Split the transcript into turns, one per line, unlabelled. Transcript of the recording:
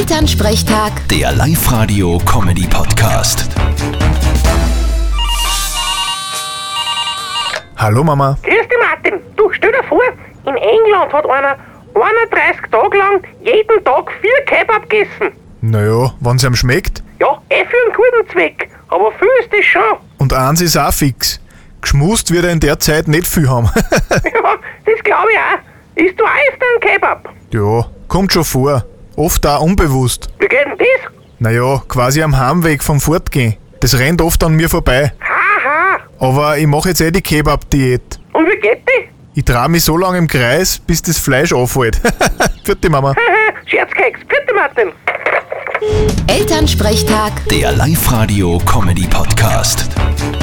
Elternsprechtag,
Der Live-Radio-Comedy-Podcast.
Hallo Mama.
Grüß dich, Martin. Du, stell dir vor, in England hat einer 31 Tage lang jeden Tag vier Kebab gegessen.
Naja, wenn's ihm schmeckt.
Ja, eh für einen guten Zweck, aber viel ist das schon.
Und eins ist auch fix. Geschmust wird er in der Zeit nicht viel haben.
Ja, das glaube ich auch. Ist du auch öfter ein Kebab?
ja, kommt schon vor. Oft auch unbewusst.
Wie geht denn das?
Naja, quasi am Heimweg vom Fortgehen. Das rennt oft an mir vorbei.
Haha.
Aber ich mache jetzt eh die Kebab-Diät.
Und wie geht die?
Ich trau mich so lange im Kreis, bis das Fleisch auffällt. Vierte Mama.
Haha, Scherzkeks. Bitte, Martin.
Elternsprechtag.
Der Live-Radio-Comedy-Podcast.